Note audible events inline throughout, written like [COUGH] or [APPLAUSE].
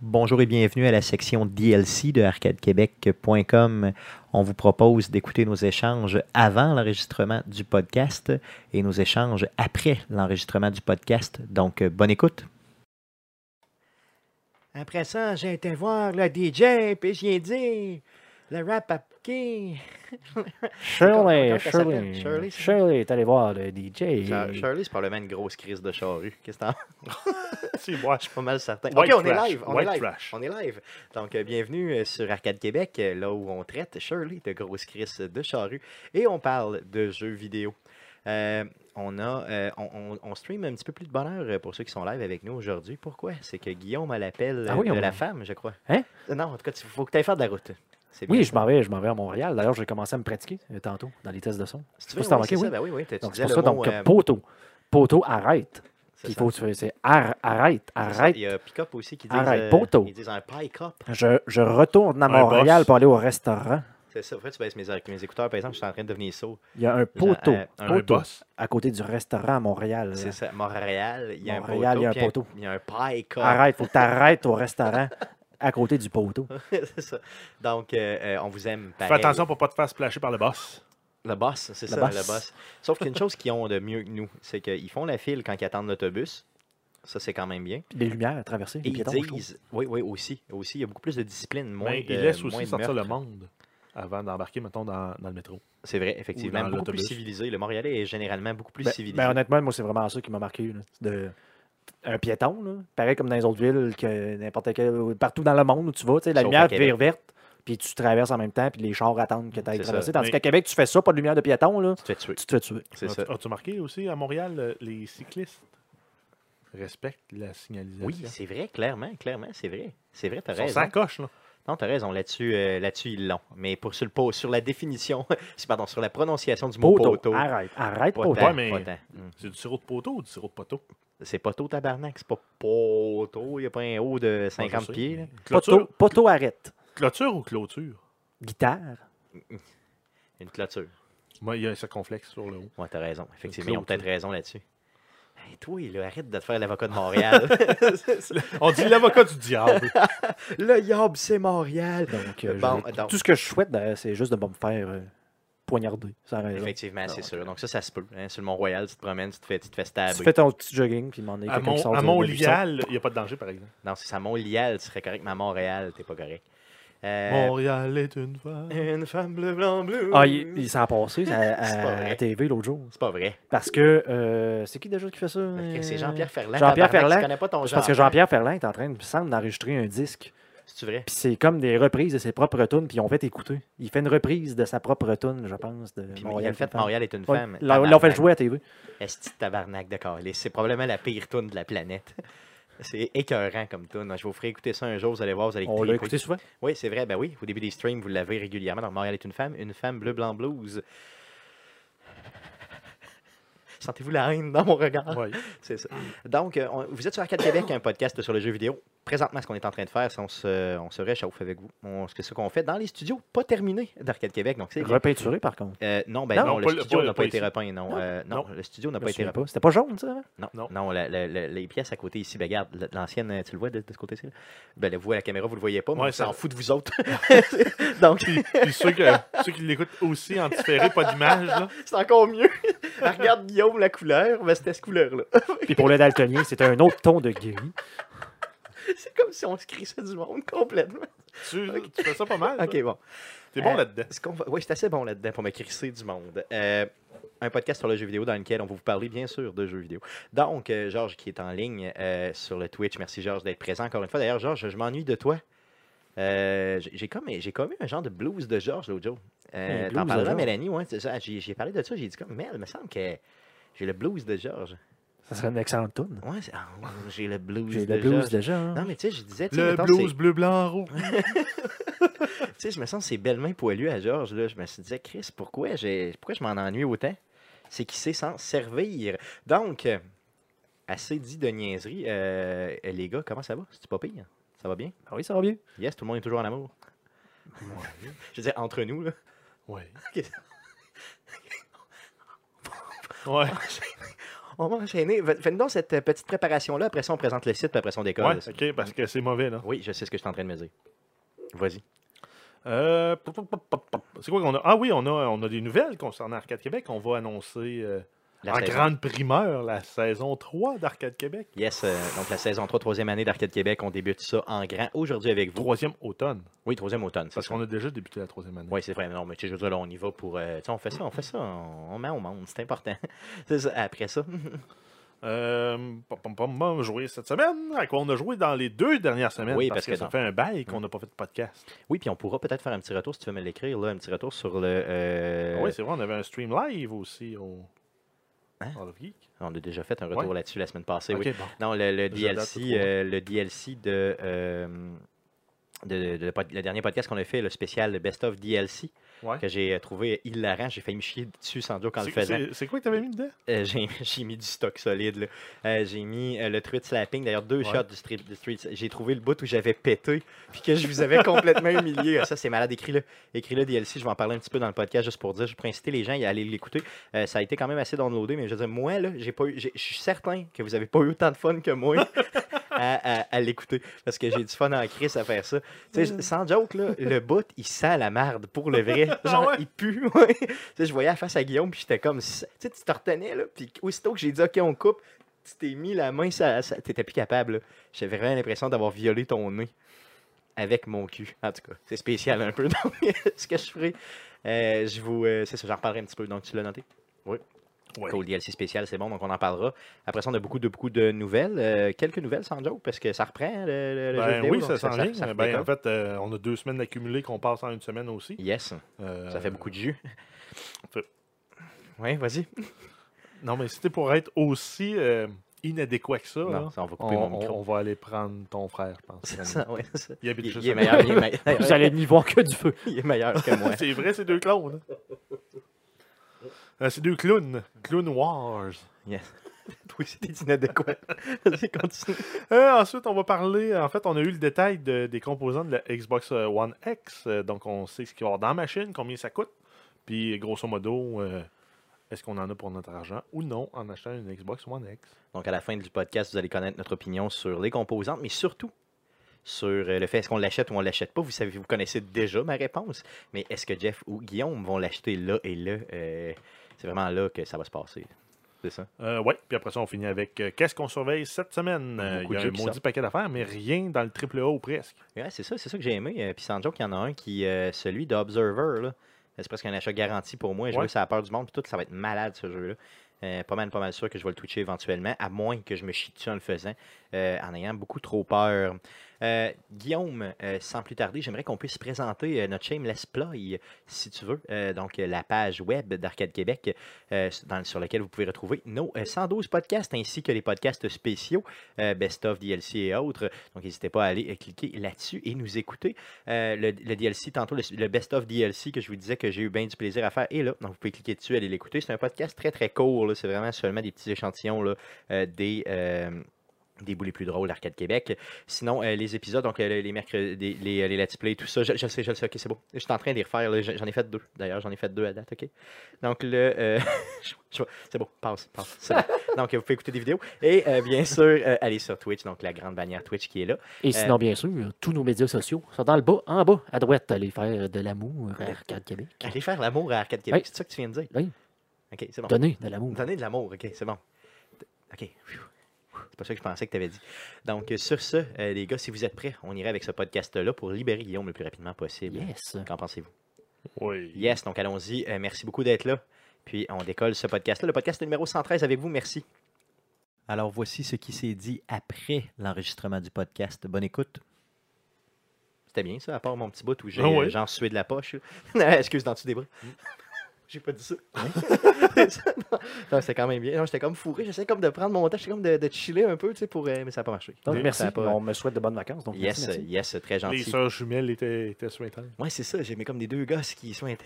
Bonjour et bienvenue à la section DLC de arcadequebec.com. On vous propose d'écouter nos échanges avant l'enregistrement du podcast et nos échanges après l'enregistrement du podcast. Donc, euh, bonne écoute. Après ça, j'ai été voir le DJ, puis j'ai dit le rap à qui Shirley, Comment- comment ça s'appelle? Shirley, Shirley, Shirley, c'est est allée voir le DJ. Shirley, c'est probablement une grosse crise de charrue. Qu'est-ce que [LAUGHS] t'en C'est moi. Je suis pas mal certain. White OK, on trash, est live. On white est live. trash. On est live. Donc, euh, bienvenue euh, sur Arcade Québec, euh, là où on traite Shirley de grosse crise de charrue et on parle de jeux vidéo. Euh, on, a, euh, on, on- on stream un petit peu plus de bonheur euh, pour ceux qui sont live avec nous aujourd'hui. Pourquoi? C'est que Guillaume a l'appel euh, Ah oui, de on- la femme, je crois. Euh, Hein? Non, en tout cas, il faut que tu ailles faire de la route. C'est bien Oui, je ça. m'en vais, je m'en vais à Montréal. D'ailleurs, j'ai commencé à me pratiquer euh, tantôt dans les tests de son. Si tu je veux, sais pas oui, si c'est t'as ça, remarqué, ben oui, oui, t'as- tu Donc, disais c'est pour le ça, donc, mot, euh, poteau. Poteau, arrête. c'est Il ça. faut, tu fais- c'est ar- arrête, C'est ça. arrête. Il y a Pick-up aussi qui dit Arrête, poteau. Ils disent un pie-cup. Je, je retourne à Un Montréal boss. pour aller au restaurant. C'est ça. Faudrait que tu baisses mes, mes écouteurs, par exemple, je suis en train de devenir sourd. Il y a un Genre, poteau, euh, Un poteau boss. à côté du restaurant à Montréal. C'est ça, Montréal, il y a Montréal, il y a un un poteau. poteau. puis Il y a un pie-cup. Arrête, faut que t'arrêtes au restaurant à côté du poteau. [LAUGHS] C'est ça. Donc, euh, euh, on vous aime. Fais pareil. attention pour pas te faire splasher par le boss. Le boss, c'est ça, Le le boss. boss. Sauf qu'il y a une chose qu'ils ont de mieux que nous, c'est qu'ils font la file quand ils attendent l'autobus. Ça, c'est quand même bien. Puis les lumières à traverser, Et les ils piétons. je trouve. disent. Oui, oui, aussi. Aussi, il y a beaucoup plus de discipline. Moins Mais de, il laisse moins aussi de sortir le meurtres. monde avant d'embarquer, mettons, dans, dans le métro. C'est vrai, effectivement. Ou dans Beaucoup plus l'autobus. civilisé. Le Montréalais est généralement beaucoup plus Ben- civilisé. ben, honnêtement, moi, c'est vraiment ça qui m'a marqué. là. De, un piéton, là. pareil comme dans les autres villes, que n'importe quel, partout dans le monde où tu vas, tu sais, la Sauf au lumière Québec. vire verte, puis tu traverses en même temps, puis les chars attendent que tu ailles C'est ça. traverser. Tandis Mais- qu'à Québec, tu fais ça, pas de lumière de piéton, là, Tu te fais tuer. tu te fais tuer. C'est As-tu- ça. As-tu remarqué aussi à Montréal, euh, les cyclistes respectent la signalisation? Oui, c'est vrai, clairement, clairement, c'est vrai. C'est vrai, hein. t'as Ils sont raison. sans coche, là. Non, t'as raison. Là-dessus, euh, là-dessus, ils l'ont. Mais pour sur, le, po- sur la définition, [LAUGHS] c'est- pardon, sur la prononciation du mot Poteau, poteau. arrête, arrête, pas poteau. tant, mais- pas tant. Mm. C'est du sirop de poteau ou du sirop de poteau? C'est poteau tabarnak, c'est pas poteau. Il n'y a pas un haut de 50 sais, pieds. là. mais- Poteau, Clôture, poteau, arrête. clôture ou clôture? Guitare. Une clôture. Moi, il y a un circonflexe sur le haut. Ouais, t'as raison. Effectivement, Une ils ont peut-être clôture. raison là-dessus. Hey, toi, là, arrête de te faire l'avocat de Montréal. [LAUGHS] On dit l'avocat du diable. le yob, c'est Montréal. Donc, euh, je- Bon, donc- tout ce que je souhaite, d'ailleurs, c'est juste de pas me faire euh, poignarder. sans raison. Effectivement, c'est Non, sûr. Donc ça, ça se peut. hein. Sur le Mont-Royal, tu te promènes, tu te fais, tu te fais stabber. Tu fais ton petit jogging, puis m'en est À quelqu'un qui mon, sort à de- mon de buisson. Lial, il n'y a pas de danger, par exemple. Non, c'est ça, Mont-Lial, tu serais correct, mais à Montréal, t'es pas correct. Euh, Montréal est une fois. Une femme bleu, blanc, bleu. Ah, il, il s'en a passé à, [LAUGHS] C'est pas à- vrai. à TV l'autre jour. C'est pas vrai. Parce que euh, c'est qui déjà qui fait ça? C'est euh, Jean-Pierre Ferland. Jean-Pierre tabarnak, Ferland. Tu connais pas ton c'est Jean. Parce que Jean-Pierre Ferland est en train, il me semble, d'enregistrer un disque. C'est vrai. Puis c'est comme des reprises de ses propres tunes, puis on fait écouter. Il fait une reprise de sa propre tune, je pense, de Puis Montréal. il a fait Femme. Montréal est une Ouais, femme. L'ont l'ont Tabarnak. fait jouer à TV. Esti de tabarnak de câlisse. C'est probablement la pire toune de la [LAUGHS] planète. C'est écœurant comme toune. Je vous ferai écouter ça un jour, vous allez voir, vous allez On l'a triper. écouté souvent. Oui, c'est vrai, ben oui. Au début des streams, vous l'avez régulièrement. Donc, Montréal est une femme, une femme bleu, blanc, blues. [LAUGHS] Sentez-vous la haine dans mon regard? Ouais. C'est ça. Donc, euh, on- vous êtes sur Arcade Québec, un podcast sur le jeu vidéo. Présentement, ce qu'on est en train de faire, c'est on se, on se réchauffe avec vous. On- C'est ce qu'on fait dans les studios pas terminés d'Arcade Québec. Donc, c'est bien. Repeinturé, par contre. Euh, non, ben Non, non, non, le pas le- studio pas- n'a pas pas été ici. repeint. Non, Euh, non, Non. le studio n'a Je pas me été souviens repeint. pas. C'était pas jaune, ça? hein? avant? Non, non, Non. la- la- la- les pièces à côté ici, ben regarde, l- l'ancienne, euh, tu le vois de, de ce côté-ci? là? Ben, le- vous, à la caméra, vous le voyez pas, mais Ouais, on ça- s'en fout de vous autres. [LAUGHS] Donc, Puis, puis ceux, que- ceux qui l'écoutent aussi en différé, pas d'image, là. c'est encore mieux. [LAUGHS] regarde Guillaume, la couleur, ben, c'était cette couleur-là. [LAUGHS] Puis pour le daltonien, c'était un autre ton de gris. c'est comme si on se crissait du monde complètement. Tu, tu fais ça pas mal. OK, bon. ça. T'es bon Euh, là-dedans. Ce qu'on va- Oui, c'est assez bon là-dedans pour me crisser du monde. Euh, un podcast sur le jeu vidéo dans lequel on va vous parler, bien sûr, de jeux vidéo. Donc, euh, Georges qui est en ligne euh, sur le Twitch. Merci, Georges, d'être présent encore une fois. D'ailleurs, Georges, je m'ennuie de toi. Euh, j'ai j'ai comme, j'ai comme eu un genre de blues de Georges l'autre jour. Un Euh, blues T'en de parleras, Georges. Mélanie. Ouais, c'est ça. j'ai j'ai parlé de ça. J'ai dit comme, mais il me semble que j'ai le blues de Georges. Ça serait une excellente tune. Ouais, c'est- ah, ouais, j'ai le blues J'ai de le blues Georges. déjà. hein. Non, mais tu sais, je disais, tu sais, Le mettons, c'est- blues bleu, blanc, rouge. Tu sais, je me sens ces belles mains poilues à Georges, là. Je me suis dit, Chris, pourquoi, j'ai- pourquoi je m'en ennuie autant? C'est qu'il sait s'en servir. Donc, euh, assez dit de niaiserie. Euh, les gars, comment ça va? C'est-tu pas pire? Ça va bien? Ah oui, ça va bien. Yes, tout le monde est toujours en amour. [LAUGHS] Je veux dire, entre nous, là. [LAUGHS] Ouais. Ok. Ah, Ouais. on va enchaîner. Fais- Fais-nous donc cette euh, petite préparation-là. Après ça, on présente le site, puis après ça, on décolle. Ouais, ok, parce que c'est mauvais, là. Oui, je sais ce que je suis en train de me dire. Vas-y. Euh, pop, pop, pop, pop, pop. c'est quoi qu'on a? Ah oui, on a, on a des nouvelles concernant Arcade Québec. On va annoncer euh, La en saison. grande primeur la saison 3 d'Arcade Québec. Yes, euh, donc la saison 3, troisième année d'Arcade Québec, on débute ça en grand aujourd'hui avec vous. Troisième automne. Oui, troisième automne. Parce qu'on a déjà débuté la troisième année. Oui, c'est vrai. Non, mais tu sais, je veux dire, là, on y va pour. euh, tu sais, on fait ça, on fait ça, on, on met au monde, c'est important. [LAUGHS] C'est ça, après ça. Euh, pom, pom, pom, pom, jouer cette semaine. À quoi on a joué dans les deux dernières semaines. Oui, parce parce, que, que ça dans- Mm. fait un bail qu'on n'a pas fait de podcast. Oui, puis on pourra peut-être faire un petit retour, si tu veux me l'écrire, là, un petit retour sur le. euh, Ah Oui, c'est vrai, on avait un stream live aussi au. Hein? Hall of Geek. on a déjà fait un retour Ouais. là-dessus la semaine passée, oui. Ok, bon. Non, le, le Je date DLC, trop, hein. euh, le DLC de, euh, de- de- de pod- le dernier podcast qu'on a fait, le spécial Best of DLC, Ouais. que j'ai euh, trouvé hilarant. J'ai failli me chier dessus sans doute quand le C'est- faisant. c'est- C'est quoi que t'avais mis dedans? Euh, j'ai [LAUGHS] j'ai mis du stock solide. là. Euh, j'ai mis euh, le truc de slapping. D'ailleurs, deux Ouais. shots du street. du street- J'ai trouvé le bout où j'avais pété puis que je vous avais complètement humilié. Euh, Ça, c'est malade. Écris-le. Écris-le, DLC. Je vais en parler un petit peu dans le podcast juste pour dire. Je pourrais inciter les gens à aller l'écouter. Euh, ça a été quand même assez downloadé, mais je veux dire, moi, là, j'ai pas eu- j'ai- je suis certain que vous avez pas eu autant de fun que moi [LAUGHS] à, à- à l'écouter parce que j'ai du fun en crise à faire ça. Tu sais, sans joke, là, le bout, il sent la marde pour le vrai. Genre, ouais? il pue. [LAUGHS] ouais. Tu sais, je voyais la face à Guillaume, puis j'étais comme. Tu sais, tu te retenais, là, puis aussitôt que j'ai dit, OK, on coupe, tu t'es mis la main, ça, ça- t'étais plus capable. là. J'avais vraiment l'impression d'avoir violé ton nez avec mon cul. En tout cas, c'est spécial un peu. [LAUGHS] Donc, ce que je ferai, euh, je vous. euh, c'est ça, j'en reparlerai un petit peu. Donc, tu l'as noté? Oui. Ouais. Cool DLC spécial, c'est bon, donc on en parlera. Après ça, on a beaucoup de, beaucoup de nouvelles. Euh, quelques nouvelles, sans joke, parce que ça reprend hein, le, le- le jeu Ben vidéo. oui, donc ça s'enligne. ça Ben, redécolle. en fait, euh, on a deux semaines d'accumulés qu'on passe en une semaine aussi. Yes, Euh, ça fait beaucoup de jus. fait- Oui, vas-y. Non, mais si t'es pour être aussi euh, inadéquat que ça, hein. là, Non, ça, on va on, couper mon on- micro. on va aller prendre ton frère, je pense. [LAUGHS] C'est ça, ouais, c'est ça. Il habite Il, juste il est à meilleur, il est Vous meilleur, allez n'y voir que du feu. [LAUGHS] il est meilleur que [LAUGHS] moi. C'est vrai, c'est deux clones. Euh, c'est deux clowns. Clown Wars. Toi aussi, t'es [LAUGHS] inadéquat. Vas-y, continue. Euh, ensuite, on va parler. euh, En fait, on a eu le détail de- des composants de la Xbox euh, One X. Euh, donc, on sait ce qu'il va y avoir dans la machine, combien ça coûte. Puis, grosso modo, euh, est-ce qu'on en a pour notre argent ou non en achetant une Xbox One X Donc, à la fin du podcast, vous allez connaître notre opinion sur les composantes, mais surtout sur euh, le fait est-ce qu'on l'achète ou on l'achète pas. Vous savez, vous connaissez déjà ma réponse, mais est-ce que Jeff ou Guillaume vont l'acheter là et là Euh, C'est vraiment là que ça va se passer. C'est ça. Euh, ouais, puis après ça, on finit avec euh, qu'est-ce qu'on surveille cette semaine. Euh, Il Beaucoup y de a jeux un qui maudit sortent. paquet d'affaires, mais rien dans le triple A ou presque. Ouais, c'est ça, c'est ça que j'ai aimé. Euh, Puis sans joke, il y en a un qui, euh, celui d'Observer, là. Euh, C'est presque un achat garanti pour moi. Je Ouais. veux ça a peur du monde, puis tout, ça va être malade ce jeu-là. Euh, pas mal, pas mal sûr que je vais le twitcher éventuellement, à moins que je me chie dessus en le faisant, euh, en ayant beaucoup trop peur. Euh, Guillaume, euh, sans plus tarder, j'aimerais qu'on puisse présenter euh, notre Shameless Ploy, si tu veux. Euh, donc, euh, la page web d'Arcade Québec, euh, dans- sur laquelle vous pouvez retrouver nos euh, 112 podcasts, ainsi que les podcasts spéciaux, euh, Best of, DLC et autres. Donc, n'hésitez pas à aller euh, cliquer là-dessus et nous écouter. Euh, le, le DLC, tantôt, le, le Best of DLC que je vous disais que j'ai eu bien du plaisir à faire, et là. Donc, vous pouvez cliquer dessus, aller l'écouter. C'est un podcast très, très court. là. C'est vraiment seulement des petits échantillons là, euh, des. euh, des boules les plus drôles, Arcade Québec. Sinon, euh, les épisodes, donc euh, les mercredis, les, euh, les Let's Play, tout ça, je, je sais, je le sais, ok, c'est beau. Je suis en train de les refaire, là. j'en j'en ai fait deux, d'ailleurs, j'en ai fait deux à date, ok? Donc, le. euh, [LAUGHS] je- je- c'est bon, passe, passe. c'est bon. Donc, vous pouvez écouter des vidéos. Et euh, bien sûr, euh, aller sur Twitch, donc la grande bannière Twitch qui est là. Et sinon, bien sûr, tous nos médias sociaux sont dans le bas, en bas, à droite, allez faire de l'amour à Arcade Québec. Aller faire l'amour à Arcade Québec, Oui. c'est ça que tu viens de dire? Oui. Ok, c'est bon. Donnez de l'amour. Donner de l'amour, ok, c'est bon. Ok. C'est pas ça que je pensais que tu avais dit. Donc, euh, sur ce, euh, les gars, si vous êtes prêts, on irait avec ce podcast-là pour libérer Guillaume le plus rapidement possible. Yes. Qu'en pensez-vous? Oui. Yes, donc allons-y. Euh, merci beaucoup d'être là. Puis on décolle ce podcast-là. Le podcast numéro 113 avec vous. Merci. Alors voici ce qui s'est dit après l'enregistrement du podcast. Bonne écoute. C'était bien ça, à part mon petit bout où j'ai Ah ouais. euh, genre sué de la poche. là. [LAUGHS] Excuse, dans dessous des bras. J'ai pas dit ça. non, [LAUGHS] non, c'était quand même bien. Non, j'étais comme fourré. J'essayais comme de prendre mon temps. J'étais comme de, de chiller un peu, tu sais, pour, euh, mais ça n'a pas marché. Donc, Ça a merci. pas- On me souhaite de bonnes vacances. Donc, merci, Yes, euh, merci. yes, très Les gentil. sœurs jumelles étaient, étaient souhaitantes. Ouais, c'est ça, j'aimais comme des deux gosses qui sointaient.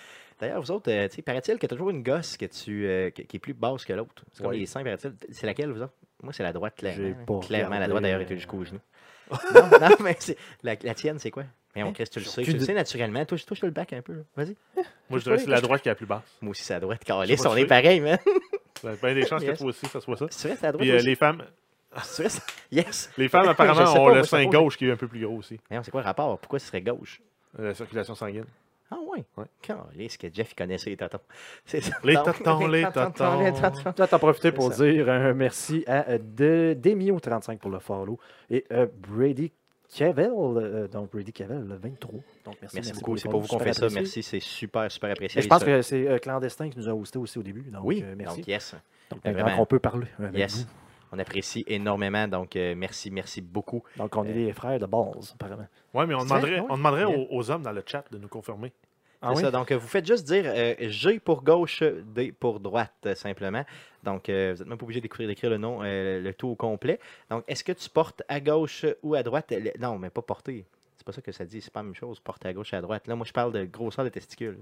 [LAUGHS] D'ailleurs, vous autres, euh, tu sais, paraît-il que t'as toujours une gosse que tu, euh, que- qui est plus basse que l'autre. C'est comme Ouais. les seins, paraît-il. C'est laquelle, vous autres Moi, c'est la droite, J'ai clairement. pas Clairement, la droite, regardé, d'ailleurs, euh, était jusqu'au genou. non, non, mais c'est- la, la tienne, c'est quoi Mais on Hein? Chris, tu le sais. aucune Tu le idée. sais naturellement. Touche, touche le bac un peu. là. Vas-y. Moi, je dirais que c'est la droite qui est la plus basse. Moi aussi, c'est la droite. Carlis, pas on est touché. pareil, man. Ben, ben des chances Yes. que toi aussi, ça soit ça. C'est vrai, c'est à droite. Puis euh, aussi? les femmes, C'est vrai, c'est- Yes. les [LAUGHS] femmes Je sais apparemment, pas, ont moi, le ça sein pose- gauche qui est un peu plus gros aussi. Mais non, c'est quoi le rapport? Pourquoi ce serait gauche? Euh, La circulation sanguine. Ah ouais. Ouais. Calisse que Jeff il connaissait les tatons. C'est ça. Les Donc, [LAUGHS] tatons, les tatons. les tatons. Je vais t'en profiter C'est pour ça. dire un merci à euh, de, Demio35 pour le follow et euh, Brady Cavell, euh, donc Brady Cavell, le 23. Donc merci, Merci pour beaucoup. les C'est follow, pour vous qu'on super fait ça. apprécié. Merci. C'est super, super apprécié. Et je pense Ça- que c'est euh, Clandestin qui nous a hosté aussi au début. Donc, Oui, euh, merci. donc yes. Donc, euh, maintenant vraiment. qu'on peut parler. avec Yes. On apprécie énormément. Donc, euh, merci, merci beaucoup. vous. Donc, on est des frères de base, apparemment. Ouais, mais on C'est vrai, demanderait, ouais. on demanderait Bien. aux, aux hommes dans le chat de nous confirmer. Ah C'est ça. Donc, euh, vous faites juste dire euh, G pour gauche, D pour droite, euh, simplement. Donc, euh, vous n'êtes même pas obligé d'écrire, d'écrire le nom, euh, le tout au complet. Donc, est-ce que tu portes à gauche ou à droite Le- Non, mais pas porter. C'est pas ça que ça dit. C'est pas la même chose, porter à gauche et à droite. Là, moi, je parle de grosseur de testicules.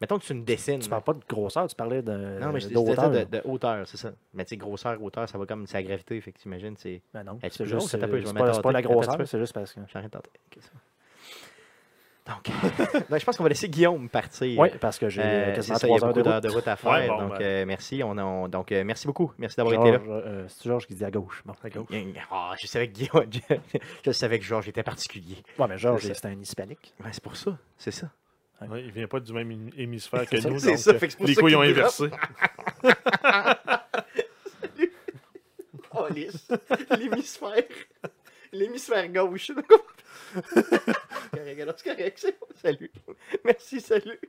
Mettons que tu me dessines. Tu parles pas de grosseur, tu parlais de Hmm. non, mais je je disais ça d'auteur. de, de hauteur, c'est ça. Mais tu sais, grosseur, hauteur, ça va comme sa gravité. Fait que t'imagines, c'est. Ben non, Est-ce c'est plus gros? juste, Ça fait un peu, je vais c'est me mettre pas, c'est pas à la tenter. Attends, tu peux. grosseur, c'est juste parce que... J'arrête de tenter. Ok, c'est bon. Donc, [LAUGHS] ben, je pense qu'on va laisser Guillaume partir. Oui, parce que j'ai Euh, euh, c'est quasiment ça, il y a trois heures beaucoup de d'heures route. de route à faire. Ouais, bon, donc, ben. euh, merci. On, on- donc, euh, merci beaucoup. Merci d'avoir été là. Georges, euh, C'est Georges qui dit à gauche. Bon. Ah, je savais que Guillaume, [LAUGHS] je, je savais que Georges était particulier. Ouais, mais Georges, C'est ça. c'est un hispanique. Ouais, c'est pour ça. C'est ça. Ouais. Ouais, il vient pas du même hém- [LAUGHS] hémisphère que C'est ça, nous. c'est donc, ça, euh, fait que c'est pour les ça couilles qu'il ont drop. inversé. Oh, [LAUGHS] l'hémisphère. L'hémisphère [LAUGHS] gauche. c'est correct. Salut. Merci, salut.